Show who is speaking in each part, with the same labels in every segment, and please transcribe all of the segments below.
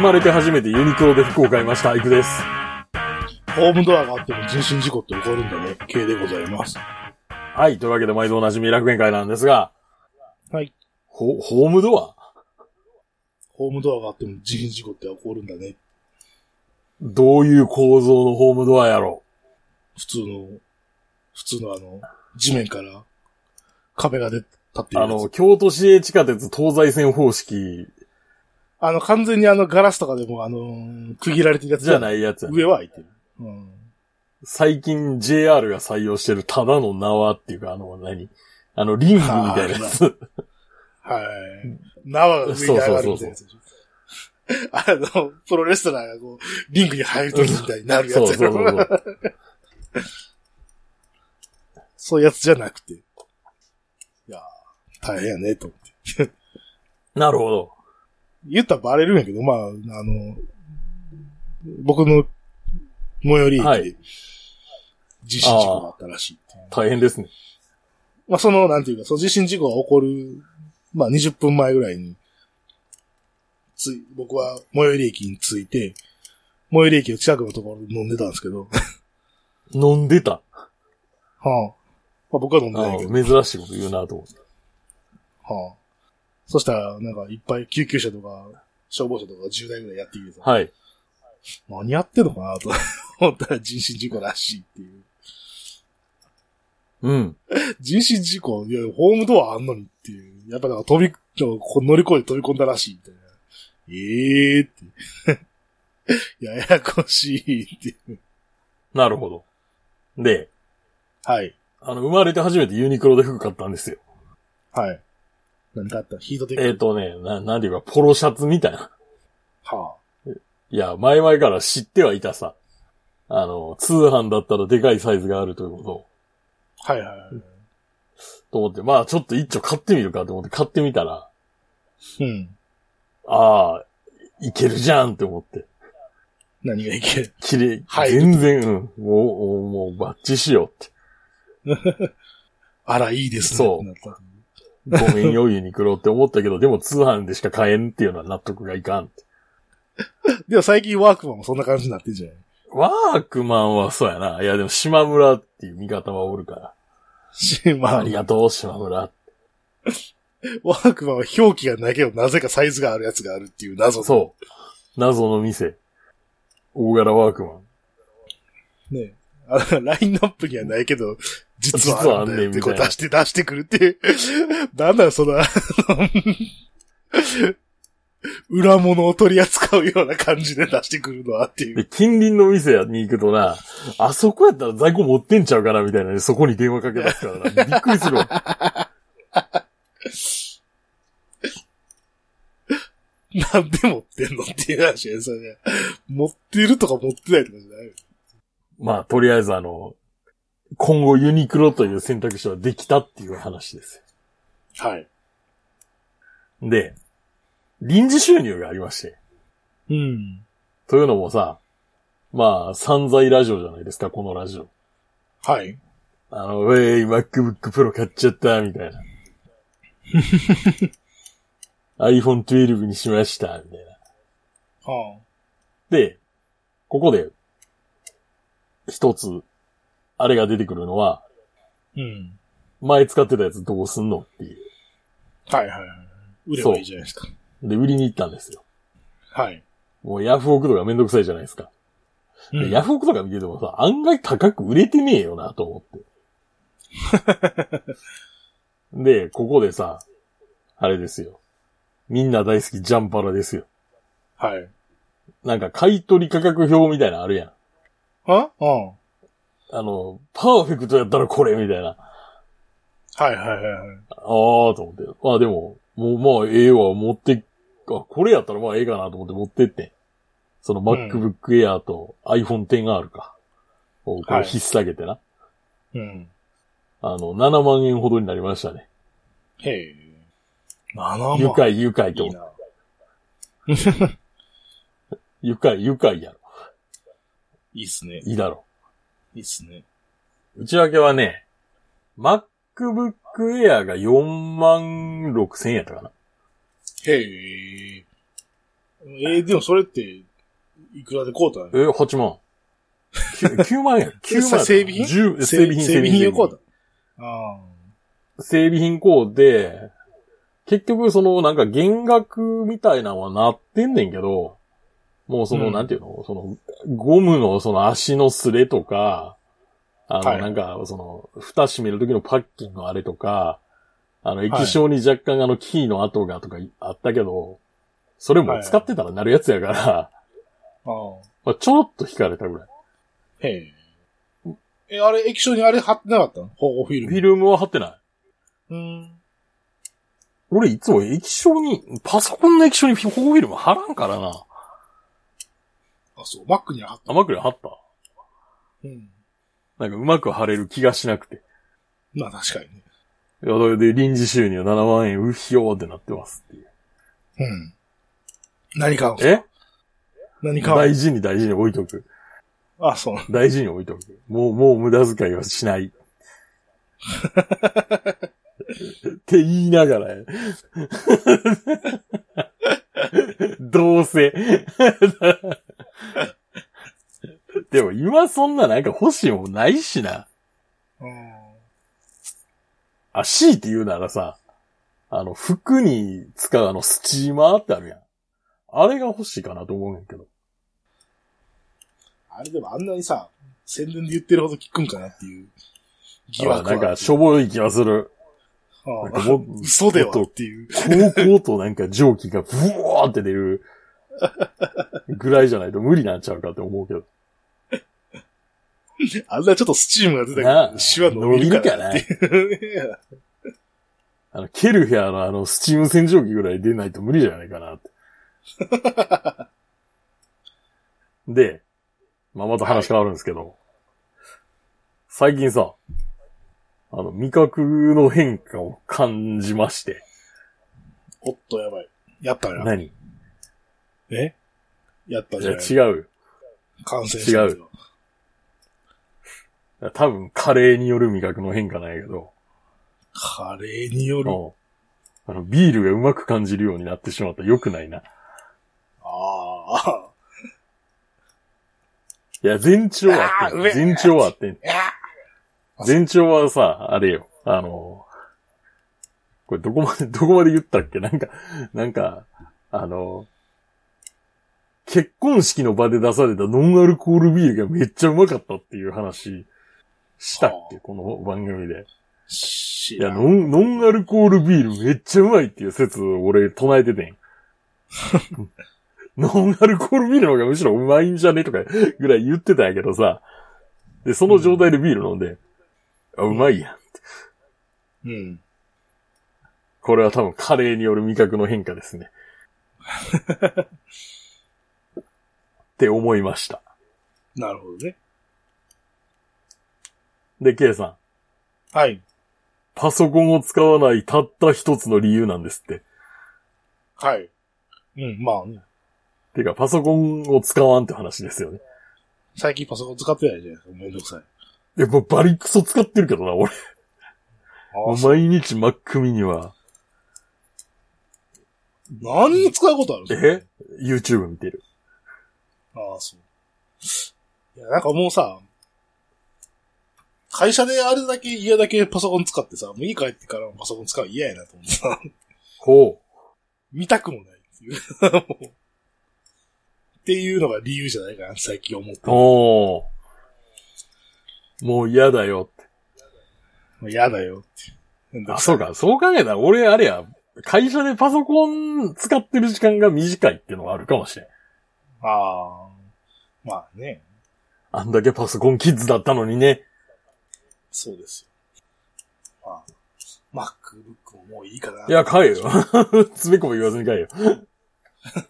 Speaker 1: まれて初めてユニクロで服を買いました。行くです。
Speaker 2: ホームドアがあっても人身事故って起こるんでね、系でございます。
Speaker 1: はい。というわけで、毎度おなじみ楽園会なんですが。
Speaker 2: はい。
Speaker 1: ほ、ホームドア
Speaker 2: ホームドアがあっても人身事故って起こるんだね。
Speaker 1: どういう構造のホームドアやろ
Speaker 2: 普通の、普通のあの、地面から壁が出立っている
Speaker 1: あ
Speaker 2: やつ
Speaker 1: の、京都市営地下鉄東西線方式
Speaker 2: あの、完全にあの、ガラスとかでも、あのー区切られてるやつ。
Speaker 1: じゃないいやつやね
Speaker 2: 上は開いてる。うん。
Speaker 1: 最近 JR が採用してるただの縄っていうか、あの、何あの、リングみたいなやつ。
Speaker 2: はい。縄が上に上がるみたいなやつでしょ。あの、プロレスラーがこう、リングに入るときみたいになるやつ
Speaker 1: そう
Speaker 2: や
Speaker 1: そうそうそう。
Speaker 2: そういうやつじゃなくて。いやー大変やね、と思って。
Speaker 1: なるほど。
Speaker 2: 言ったらバレるんやけど、まあ、あの、僕の最寄り駅
Speaker 1: はい
Speaker 2: で、地震事故があったらしいっていう
Speaker 1: 大変ですね。
Speaker 2: まあ、その、なんていうか、その地震事故が起こる、まあ、20分前ぐらいに、つい、僕は最寄り駅に着いて、最寄り駅の近くのところで飲んでたんで すけど、
Speaker 1: 飲んでた。
Speaker 2: はあ、まあ、僕は飲んで
Speaker 1: あ
Speaker 2: ない
Speaker 1: あ
Speaker 2: けど、
Speaker 1: 珍しいこと言うなと思って。
Speaker 2: はあ、そしたら、なんか、いっぱい救急車とか、消防車とか10台ぐらいやってきてさ、
Speaker 1: はい。
Speaker 2: 何やってんのかなと思ったら人身事故らしいっていう。
Speaker 1: うん。
Speaker 2: 人身事故、いや、ホームドアあんのにっていう。やっぱなんか飛び、ちょこう乗り越えて飛び込んだらしいみたいな。ええー、って。 ややこしいって。
Speaker 1: なるほど。で、
Speaker 2: はい。
Speaker 1: あの、生まれて初めてユニクロで服買ったんですよ。
Speaker 2: はい。何かあったヒートテック。
Speaker 1: えっ、とね、な、なんていうか、ポロシャツみたいな。
Speaker 2: はい
Speaker 1: や、前々から知ってはいたさ。あの、通販だったらでかいサイズがあるということを、
Speaker 2: あ、はいはいはい。
Speaker 1: と思って、まあちょっと一丁買ってみるかと思って買ってみたら、
Speaker 2: うん。
Speaker 1: ああ、いけるじゃんって思って。
Speaker 2: 何がいける
Speaker 1: 綺麗。
Speaker 2: はい
Speaker 1: 全然、うん。もう、もう、もうバッチしようって。
Speaker 2: あら、いいですね。
Speaker 1: そう
Speaker 2: ってなった
Speaker 1: ごめんよ、ユニクロって思ったけど、で も通販でしか買えんっていうのは納得がいかんって。
Speaker 2: でも最近ワークマンもそんな感じになってんじゃない
Speaker 1: ワークマンはそうやな。いや、でも島村っていう味方はおるから。
Speaker 2: し、ま
Speaker 1: あ
Speaker 2: あ
Speaker 1: り、がとう、島村。
Speaker 2: ワークマンは表記がないけど、なぜかサイズがあるやつがあるっていう謎の
Speaker 1: そう。謎の店。大柄ワークマン。
Speaker 2: ねあのラインナップにはないけど、実は
Speaker 1: 実はあ
Speaker 2: あるんだよって
Speaker 1: んねんみたい
Speaker 2: こう
Speaker 1: な
Speaker 2: 出して出してくるっていう。なんだよその、あの裏物を取り扱うような感じで出してくるのはってい
Speaker 1: で、
Speaker 2: う。
Speaker 1: 近隣の店に行くとな、あそこやったら在庫持ってんちゃうかなみたいなね、そこに電話かけ出すからな。びっくりするわ。
Speaker 2: なんで持ってんのっていう話やねそれね。持ってるとか持ってないとかじゃないよ
Speaker 1: まあ、とりあえずあの、今後ユニクロという選択肢はできたっていう話です
Speaker 2: はい。
Speaker 1: よ。で、臨時収入がありまして。
Speaker 2: うん。
Speaker 1: というのもさ、まあ、散財ラジオじゃないですか、このラジオ。
Speaker 2: はい。
Speaker 1: あの、ウェイ、MacBook Pro 買っちゃった、みたいな。iPhone 12にしました、みたいな。
Speaker 2: は
Speaker 1: で、ここで、一つ、あれが出てくるのは、
Speaker 2: あ。うん。
Speaker 1: 前使ってたやつどうすんのっていう。
Speaker 2: はいはいはい。売ればいいじゃないですか。
Speaker 1: で、売りに行ったんですよ。
Speaker 2: はい。
Speaker 1: もうヤフオクとかめんどくさいじゃないですか。
Speaker 2: う
Speaker 1: で
Speaker 2: ん
Speaker 1: ヤフオクとか見ててもさ、案外高く売れてねえよな、と思って。 で、ここでさ、あれですよ。みんな大好きジャンパラですよ。
Speaker 2: はい。
Speaker 1: なんか買取価格表みたいなのあるやん。
Speaker 2: はうん。
Speaker 1: あの、パーフェクトやったらこれ、みたいな。
Speaker 2: はいはいはいはい。
Speaker 1: ああ、と思って。まあでも、もうまあ、ええわ、持って、あ、これやったらまあええかなと思って持ってってん。その MacBook Air と iPhone XR か。をこ
Speaker 2: は
Speaker 1: う
Speaker 2: い
Speaker 1: 引っ提げてな。
Speaker 2: うん。
Speaker 1: あの、7万円ほどになりましたね。
Speaker 2: へえ。7万。
Speaker 1: 愉快、愉快
Speaker 2: いい
Speaker 1: と。
Speaker 2: な。
Speaker 1: 愉快、愉快やろ。
Speaker 2: いいっすね。
Speaker 1: いいだろ
Speaker 2: いいっすね。
Speaker 1: う。内訳はね、MacBook Air が4万6千円やったかな。
Speaker 2: へえ。えーでもそれって、いくらで買うたん
Speaker 1: え、8万。9, 万 円。9万円。
Speaker 2: 整備品
Speaker 1: 10整備品、
Speaker 2: 整備品を買
Speaker 1: 整
Speaker 2: うたんあ
Speaker 1: 整備品こうで、結局そのなんか減額みたいなのはなってんねんけど、もうその、
Speaker 2: うん
Speaker 1: なんていうのその、ゴムのその足のすれとか、あの、
Speaker 2: はい
Speaker 1: なんか、その、蓋閉める時のパッキンのあれとか、あの、液晶に若干あの、キーの跡がとかあったけど、それも使ってたらなるやつやから、
Speaker 2: あ。ああ。
Speaker 1: まあ、ちょろっと惹かれたぐらい。
Speaker 2: へえ。え、あれ、液晶にあれ貼ってなかったの保護フィルム。
Speaker 1: フィルムは貼ってない。
Speaker 2: うん。
Speaker 1: 俺いつも液晶に、パソコンの液晶にフォーフィルム貼らんからな。
Speaker 2: あ、そう。Mac には貼った。
Speaker 1: 甘くり貼った。
Speaker 2: うん。
Speaker 1: なんかうまく貼れる気がしなくて。
Speaker 2: まあ確かにね。
Speaker 1: いや、だで臨時収入7万円、うひょーってなってますっていう。
Speaker 2: うん。何買うの
Speaker 1: え
Speaker 2: 何買う
Speaker 1: 大事に大事に置いとく。
Speaker 2: のあ、そう。
Speaker 1: 大事に置いとく。もう、もう無駄遣いはしない。って言いながら。どうせ。でも今そんななんか欲しいもんないしな。
Speaker 2: うん。
Speaker 1: あ、強いて言うならさ、あの、服に使うあの、スチーマーってあるやん。あれが欲しいかなと思うんやけど。
Speaker 2: あれでもあんなにさ、宣伝で言ってるほど効くんかなっていう疑
Speaker 1: あ
Speaker 2: 惑は
Speaker 1: なんか、しょぼい気がする。
Speaker 2: あ
Speaker 1: な
Speaker 2: あ
Speaker 1: んかも
Speaker 2: 嘘では
Speaker 1: もっ
Speaker 2: っ
Speaker 1: と
Speaker 2: ていう。
Speaker 1: 高校となんか蒸気がブワーって出るぐらいじゃないと無理なんちゃうかって思うけど。
Speaker 2: あんなちょっとスチームが出たけ
Speaker 1: な
Speaker 2: ど、シワ伸びる
Speaker 1: 伸
Speaker 2: からっ
Speaker 1: び
Speaker 2: て
Speaker 1: る
Speaker 2: いう。
Speaker 1: あの、ケルヒャーのあの、スチーム洗浄機ぐらい出ないと無理じゃないかなって。 で、まあ、また話変わるんですけど、最近さ、あの、味覚の変化を感じまして。
Speaker 2: おっと、やばい。やったな。
Speaker 1: 何い
Speaker 2: えやったじ
Speaker 1: や、
Speaker 2: ゃない。
Speaker 1: 違うよ。
Speaker 2: 感染したけど。
Speaker 1: 多分、加齢による味覚の変化なんやけど、
Speaker 2: カレーによる。
Speaker 1: あの、ビールがうまく感じるようになってしまった。良くないな。
Speaker 2: あ
Speaker 1: いや、前兆はあって
Speaker 2: あー
Speaker 1: ん
Speaker 2: うめえ
Speaker 1: 前兆はあってん
Speaker 2: あ。あ
Speaker 1: 前兆はさ、あれよ。あの、これどこまで、どこまで言ったっけなんか、なんか、あの、結婚式の場で出されたノンアルコールビールがめっちゃうまかったっていう話したっけこの番組で。
Speaker 2: 知
Speaker 1: いや、
Speaker 2: らん
Speaker 1: ノン、ノンアルコールビールめっちゃうまいっていう説を俺唱えててん。 ノンアルコールビールの方がむしろうまいんじゃねとかぐらい言ってたんやけどさ。で、その状態でビール飲んで、あ、うまいやん。
Speaker 2: うん。
Speaker 1: これは多分カレーによる味覚の変化です ね。って思いました。
Speaker 2: なるほどね。
Speaker 1: で、K さん。
Speaker 2: はい。
Speaker 1: パソコンを使わないたった一つの理由なんですって。
Speaker 2: はい。うん、まあね。
Speaker 1: てか、パソコンを使わんって話ですよね。
Speaker 2: 最近パソコン使ってないじゃないですか。めんどくさい。
Speaker 1: え、もうバリクソ使ってるけどな、俺。
Speaker 2: あ
Speaker 1: もう毎日 Mac ミニは、
Speaker 2: 何に使うことあるんですか
Speaker 1: え YouTube 見てる。
Speaker 2: ああ、そう。いや、なんかもうさ、会社であれだけ嫌だけパソコン使ってさ、もう家帰ってからもパソコン使うの嫌やなと思ってさ、
Speaker 1: ほ
Speaker 2: 見たくもないっていう。もう っていうのが理由じゃないかな、最近思って
Speaker 1: う。。おーもう嫌だよって。
Speaker 2: もう嫌だよっていう。
Speaker 1: あ、そうか。そう考えたら、俺、あれや、会社でパソコン使ってる時間が短いっていうのはあるかもしれん。
Speaker 2: ああ。まあね。
Speaker 1: あんだけパソコンキッズだったのにね。
Speaker 2: そうですよ。まあ、MacBook ももういいかな。
Speaker 1: いや、買えよ。 つべこべ言わずに買えよ。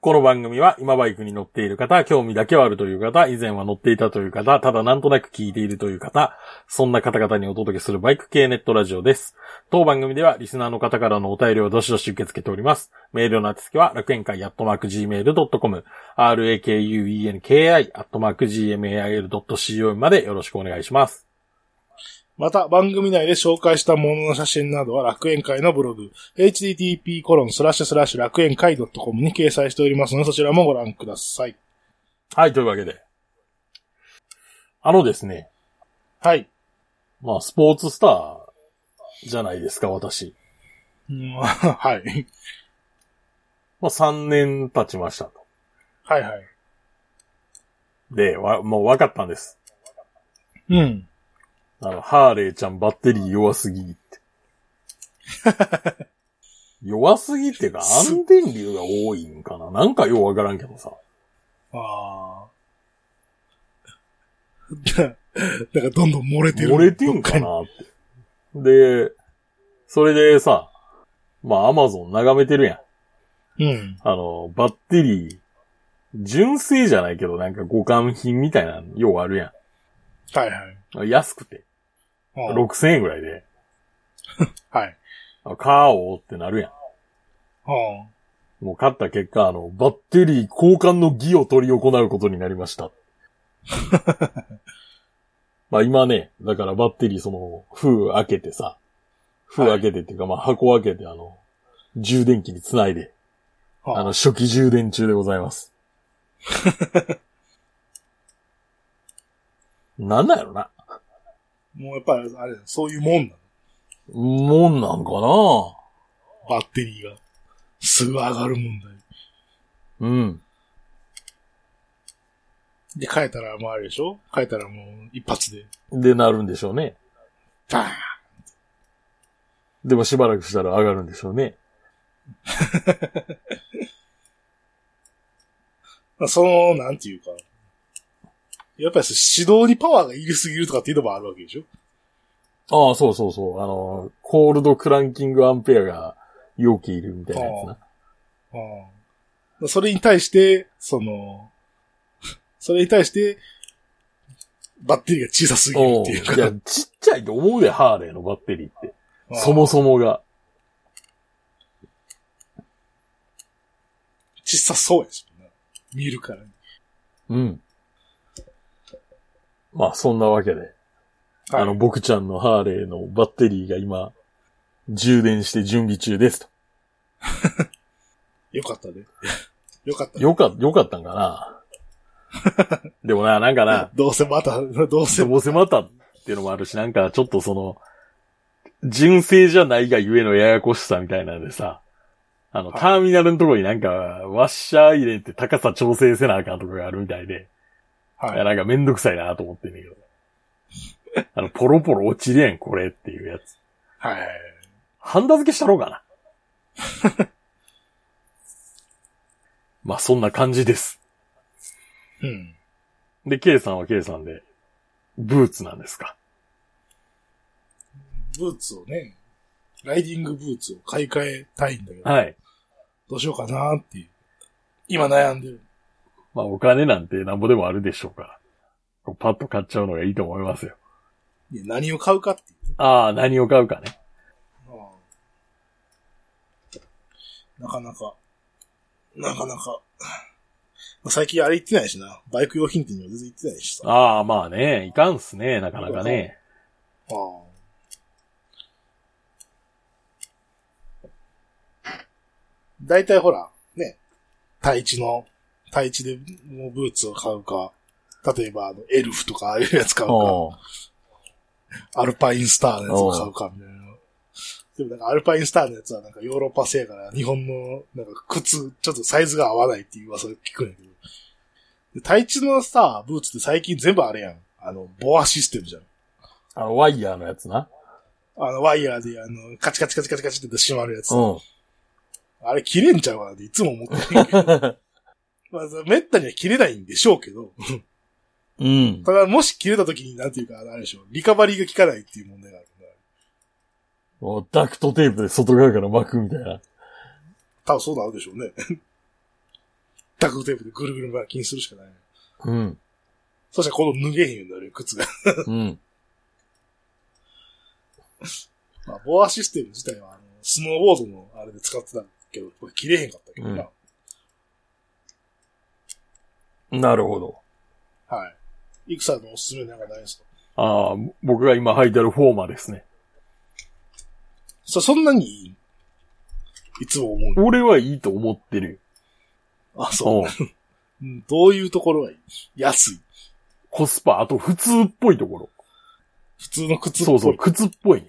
Speaker 1: この番組は今バイクに乗っている方、興味だけはあるという方、以前は乗っていたという方、ただなんとなく聞いているという方、そんな方々にお届けするバイク系ネットラジオです。当番組ではリスナーの方からのお便りをどしどし受け付けております。メールの宛先は楽園会アットマーク Gmail.com、rakuenki アットマーク Gmail.com までよろしくお願いします。
Speaker 2: また、番組内で紹介したものの写真などは楽園会のブログ、http コロンスラッシュスラッシュ楽園会 .com に掲載しておりますので、そちらもご覧ください。
Speaker 1: はい、というわけで。あのですね、
Speaker 2: はい。
Speaker 1: まあ、スポーツスターじゃないですか、私。
Speaker 2: うん、はい。
Speaker 1: まあ、3年経ちましたと。
Speaker 2: はいはい。
Speaker 1: で、わ、もう分かったんです。
Speaker 2: うん。
Speaker 1: あの、ハーレーちゃんバッテリー弱すぎって。弱すぎっていうか、安電流が多いんかななんかようわからんけどさ。
Speaker 2: ああ。 だからどんどん漏れてる。
Speaker 1: 漏れてんかなって。で、それでさ、まあ、アマゾン眺めてるやん。
Speaker 2: うん。
Speaker 1: あの、バッテリー、純正じゃないけど、なんか互換品みたいなの、ようあるや
Speaker 2: はいはい。
Speaker 1: ん。安くて。
Speaker 2: あー
Speaker 1: 6000円ぐらいで、
Speaker 2: はい。
Speaker 1: あ買おうってなるやん。
Speaker 2: あー
Speaker 1: もう買った結果、あの、バッテリー交換の儀を取り行うことになりま した。まあ今ね、だからバッテリーその、封開けてさ、封開けてっていうか、まあ箱開けてあの、充電器につないで、
Speaker 2: はあ
Speaker 1: あの、初期充電中でござい ます。なんなんやろな。
Speaker 2: もうやっぱり、あれ、そういうもんな
Speaker 1: もんなんか
Speaker 2: の。バッテリーが。すぐ上がる問題。
Speaker 1: なうん。
Speaker 2: で、変えたら、まああれでしょ変えたらもう一発で、
Speaker 1: でなるんでしょうね。
Speaker 2: バーン
Speaker 1: でもしばらくしたら上がるんでしょうね。
Speaker 2: まあその、なんていうか。やっぱり指導にパワーが入れすぎるとかっていうのもあるわけでしょ
Speaker 1: ああ、そうそうそう。あの、コールドクランキングアンペアが容器いるみたいなやつな。
Speaker 2: うん。それに対して、その、 それに対して、バッテリーが小さすぎる
Speaker 1: お
Speaker 2: っ
Speaker 1: う
Speaker 2: て
Speaker 1: い
Speaker 2: いう
Speaker 1: や
Speaker 2: か、、
Speaker 1: ちっちゃいと思うで、ハーレーのバッテリーって。
Speaker 2: うん
Speaker 1: そもそもが。
Speaker 2: 小さそうやし、見る からに。
Speaker 1: うん。まあ、そんなわけで。あの、僕ちゃんのハーレーのバッテリーが今、充電して準備中ですと。
Speaker 2: よかったね。よかったね。
Speaker 1: よか、よかったんかなでもな、なんかな、
Speaker 2: どうせまた、 どうせ
Speaker 1: どうせまたっていうのもあるし、なんかちょっとその、純正じゃないがゆえのややこしさみたいなんでさ、あの、
Speaker 2: はい
Speaker 1: ターミナルのところになんか、ワッシャー入れて高さ調整せなあかんとかがあるみたいで、いや
Speaker 2: はい。
Speaker 1: なんかめんどくさいなと思ってんだけど。あの、ポロポロ落ちれん、これっていうやつ。
Speaker 2: はい。
Speaker 1: ハンダ付けしたろうかな。 まあ、そんな感じです。
Speaker 2: うん。
Speaker 1: で、K さんは K さんで、ブーツなんですか。
Speaker 2: ブーツをね、ライディングブーツを買い替えたいんだけど、
Speaker 1: はい。
Speaker 2: どうしようかなーっていう。今悩んでる。
Speaker 1: まあお金なんてなんぼでもあるでしょうから。パッと買っちゃうのがいいと思いますよ。
Speaker 2: いや何を買うかっていうね。
Speaker 1: ああ、何を買うかね。
Speaker 2: うんなかなか、なかなか。まあ最近あれ行ってないしな。バイク用品店には全然行ってないしさ。
Speaker 1: ああ、まあね、いかんっすね、なかなかね。
Speaker 2: あだいたいほら、ね、対地の、対地でもうブーツを買うか、例えばあのエルフとかああいうやつ買うか、
Speaker 1: おう
Speaker 2: アルパインスターのやつを買うかみたいな。でもなんかアルパインスターのやつはなんかヨーロッパ製やから日本のなんか靴、ちょっとサイズが合わないっていう噂を聞くんやけど。で対地のさ、ブーツって最近全部あれやん。あの、ボアシステムじゃん。
Speaker 1: あの、ワイヤーのやつな。
Speaker 2: あの、ワイヤーで、あの、カチカチカチカチカチって閉まるやつ。
Speaker 1: うん。
Speaker 2: あれ切れんちゃうかなっていつも思ってるけど。まあ、めったには切れないんでしょうけど。
Speaker 1: うん。
Speaker 2: ただ、もし切れた時になんていうか、あれでしょう。リカバリーが効かないっていう問題があるから。
Speaker 1: もうダクトテープで外側から巻くみたいな。
Speaker 2: 多分そうなるでしょうね。ダクトテープでぐるぐる巻きにするしかない。
Speaker 1: うん。
Speaker 2: そしたらこの脱げへんようになるよ靴が。
Speaker 1: うん。
Speaker 2: まあ、ボアシステム自体は、あの、スノーボードのあれで使ってたけど、これ切れへんかったけどな。
Speaker 1: なるほど。
Speaker 2: はい。いくさんのおすすめなんかないですか
Speaker 1: ああ、僕が今履いてるフォーマーですね。
Speaker 2: そ、そんなにいいいつも思う。
Speaker 1: 俺はいいと思ってるよ。
Speaker 2: あ、そう。
Speaker 1: そう。
Speaker 2: うんどういうところがいい安い。
Speaker 1: コスパ、あと普通っぽいところ。
Speaker 2: 普通の靴っぽ
Speaker 1: そそ
Speaker 2: いう
Speaker 1: う、靴っぽい。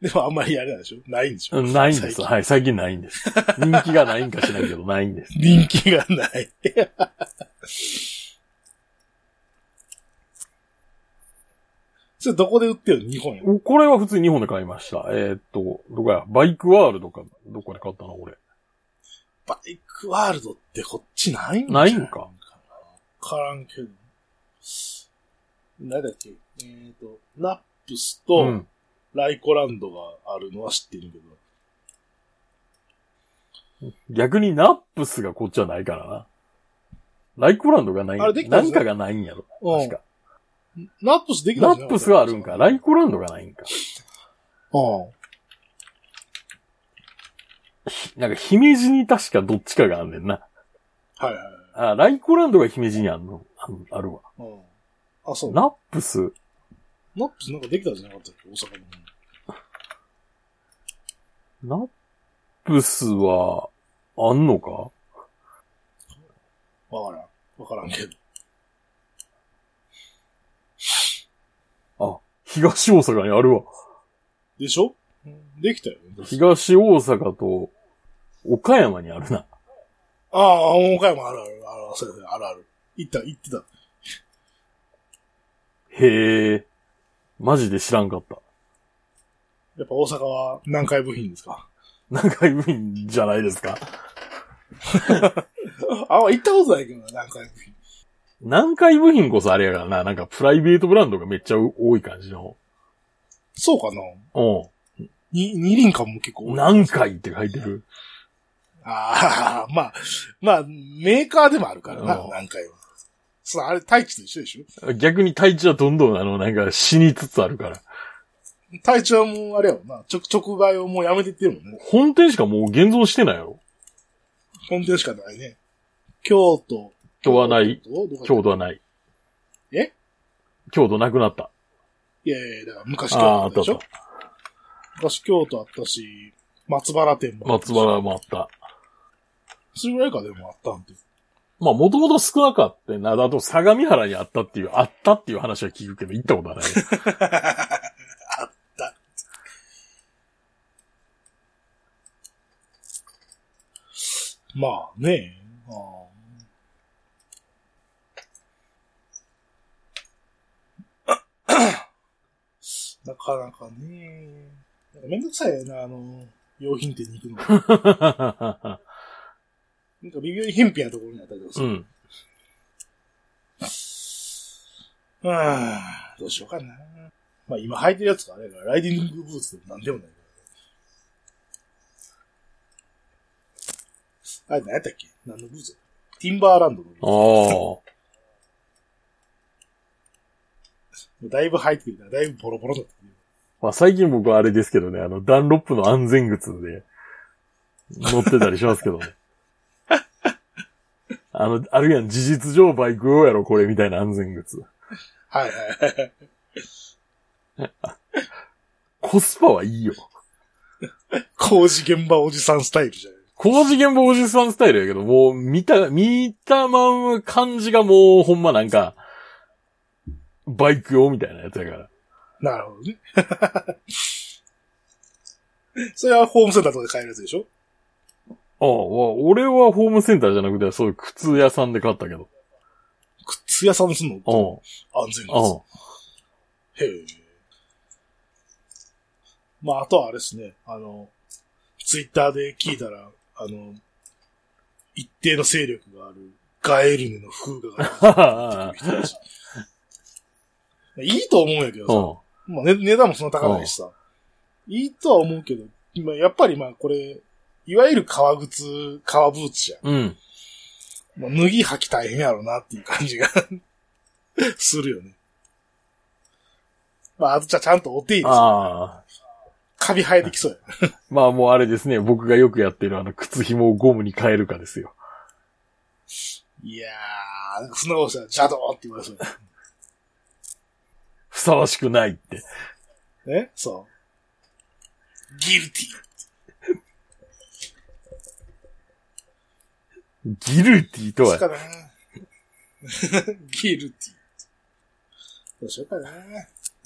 Speaker 2: でもあんまりあれなんでしょないんでしょ、
Speaker 1: うんないんで
Speaker 2: 最
Speaker 1: す。
Speaker 2: 近
Speaker 1: はい、最近ないんです。人気がないんかしないけど、ないんです。
Speaker 2: 人気がない。 それどこで売ってるの日本や。
Speaker 1: おこれは普通に日本で買いました。えーっと、どこや、バイクワールドか、どこで買ったの俺。
Speaker 2: バイクワールドってこっちないんじゃ
Speaker 1: ないんか。
Speaker 2: わからんけど。なんだっけえっ、と、ナップスと。ライコランドがあるのは知ってるけど。
Speaker 1: 逆にナップスがこっちはないからな。ライコランドがない。
Speaker 2: あれできた
Speaker 1: な
Speaker 2: んで
Speaker 1: ん
Speaker 2: すね
Speaker 1: かがないんやろ。
Speaker 2: うん
Speaker 1: 確か。
Speaker 2: ナップスできた
Speaker 1: ナ
Speaker 2: んじゃ
Speaker 1: ッ
Speaker 2: なかっ
Speaker 1: プ
Speaker 2: た
Speaker 1: スがあるんか。ライコランドがないんか。
Speaker 2: うん。
Speaker 1: なんか姫路に確かどっちかがあんねんな。
Speaker 2: はいはいはい。
Speaker 1: あ、ライコランドが姫路にあんの。あんあるわ。
Speaker 2: うん。あ、そう。ナ
Speaker 1: ナップス。
Speaker 2: ップスなんかできたんじゃなかったっけ大阪の。
Speaker 1: ナップスは、あんのか
Speaker 2: わからん。わからんけど。
Speaker 1: あ、東大阪にあるわ。
Speaker 2: でしょできたよね。
Speaker 1: 東大阪と、岡山にあるな。
Speaker 2: ああ、岡山あるある。あるそうやそうやあるある。行った、行ってた。
Speaker 1: へえ。マジで知らんかった。
Speaker 2: やっぱ大阪は南海部品ですか。
Speaker 1: 南海部員じゃないですか。
Speaker 2: あ、行ったことないけどな、南海部品。
Speaker 1: 南海部品こそあれやからな。なんかプライベートブランドがめっちゃ多い感じの。
Speaker 2: そうかな
Speaker 1: う
Speaker 2: に、二輪館も結構
Speaker 1: ん。
Speaker 2: 多い。
Speaker 1: 南海って書いてる。
Speaker 2: ああ、 まあ、まあ、メーカーでもあるからな、
Speaker 1: うん
Speaker 2: 南海は。そう、あれ、太一と一緒でしょ
Speaker 1: 逆に体地はどんどんあの、なんか死につつあるから。
Speaker 2: 太一はもう、あれやもんな、直、直売をもうやめてってるもんね。
Speaker 1: 本店しかもう現存してないやろ。
Speaker 2: 本店しかないね。京都。
Speaker 1: 京都はない。
Speaker 2: 京都
Speaker 1: 強
Speaker 2: 京
Speaker 1: 度
Speaker 2: 都。
Speaker 1: はない。
Speaker 2: え
Speaker 1: 強度なくなった。
Speaker 2: いやいや、だから昔京
Speaker 1: ああ、
Speaker 2: 都あ
Speaker 1: あ
Speaker 2: っ
Speaker 1: ったたあ
Speaker 2: で
Speaker 1: っ
Speaker 2: しょ
Speaker 1: た。
Speaker 2: 昔京都あったし、松原店もあったし
Speaker 1: 松。原もあった。
Speaker 2: それぐらいかでもあったんて。
Speaker 1: まあ、もともと少なかったよな。あと、相模原にあったっていう、あったっていう話は聞くけど、行ったことはない。
Speaker 2: まあね。ああ なかなかね。なんかめんどくさいよな、あの、用品店に行くの。なんか微妙に偏僻なところにあったりとか す
Speaker 1: う
Speaker 2: る。
Speaker 1: ん。
Speaker 2: うーん、どうしようかな。まあ今履いてるやつがあれやから、ライディングブーツでもなんでもないから。あれ、何やったっけ何のブーツティンバーランドのブーツ
Speaker 1: ああ。
Speaker 2: もうだいぶ履いてるから、だいぶボロボロだったけど。
Speaker 1: まあ、最近僕はあれですけどね、あの、ダンロップの安全靴で、乗ってたりしますけどね。あの、あるやん、事実上バイク用やろ、これ、みたいな安全靴。
Speaker 2: はいはいはい。
Speaker 1: コスパはいいよ。
Speaker 2: 工事現場おじさんスタイルじゃない。
Speaker 1: 工事現場おじさんスタイルやけど、もう、見た、見たまん感じがもう、ほんまなんか、バイク用みたいなやつやから。
Speaker 2: なるほどね。 それはホームセンターとかで買えるやつでしょ
Speaker 1: ああ、わ俺はホームセンターじゃなくて、そういう靴屋さんで買ったけど。
Speaker 2: 靴屋さんすんの
Speaker 1: う
Speaker 2: 安全
Speaker 1: ん。うん
Speaker 2: 靴。。へえ。まあ、あとはあれですね。あの、ツイッターで聞いたら、あの、一定の勢力があるガエルネの風雅が
Speaker 1: は
Speaker 2: 出てくる人た ちいいと思うんやけどさ。
Speaker 1: は
Speaker 2: まあ、ね、値段もそんな高ないしさ。いいとは思うけど、まあ、やっぱりまあこれ、いわゆる革靴、革ブーツじゃ
Speaker 1: うん。うん。
Speaker 2: ん。もう脱ぎ履き大変やろうなっていう感じが、 するよね。まあ、あとじゃあちゃんとお手入れさ、
Speaker 1: ああ。
Speaker 2: カビ生えてきそうや。
Speaker 1: まあもうあれですね、僕がよくやってるあの、靴紐をゴムに変えるかですよ。
Speaker 2: いやー、なんかそんなことしたら、邪道って言われそうや。
Speaker 1: ふさわしくないって。
Speaker 2: ねそう。ギルテ
Speaker 1: ギルティと
Speaker 2: ィです
Speaker 1: は、
Speaker 2: かね。 ギルティ。どうしようかな。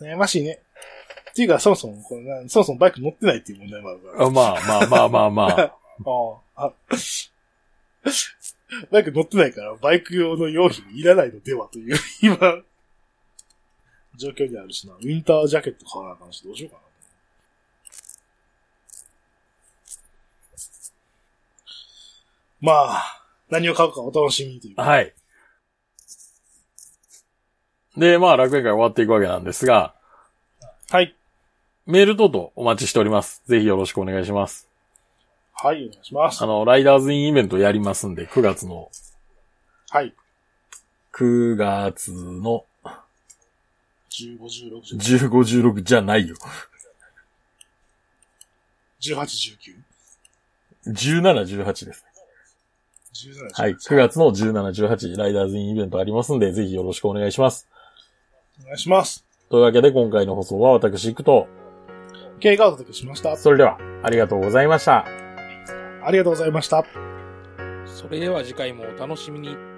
Speaker 2: 悩ましいね。っていうか、そもそも、これなそもそもバイク乗ってないっていう問題もあるから。
Speaker 1: あまあまあまあまあまあ。
Speaker 2: ああ。バイク乗ってないから、バイク用の用品いらないのではという、 今、状況にあるしな。ウィンタージャケット買わなあかんし、どうしようかな。まあ、何を買うかお楽しみと いう。
Speaker 1: はい。で、まあ、楽園会終わっていくわけなんですが、
Speaker 2: はい。
Speaker 1: メール等々お待ちしております。ぜひよろしくお願いします。
Speaker 2: はい、お願いします
Speaker 1: あ。の、ライダーズインイベントやりますんで、9月の、
Speaker 2: はい。
Speaker 1: 9月の
Speaker 2: 15、16、17
Speaker 1: 15、16じゃないよ。
Speaker 2: 18、19、
Speaker 1: 17、18です。
Speaker 2: 17、18。
Speaker 1: はい。9月の17、18、ライダーズインイベントありますんで、ぜひよろしくお願いします。
Speaker 2: お願いします。
Speaker 1: というわけで、今回の放送は私、行くと、
Speaker 2: 経過をお届けしました。
Speaker 1: それでは、ありがとうございました。
Speaker 2: ありがとうございました。
Speaker 3: それでは次回もお楽しみに。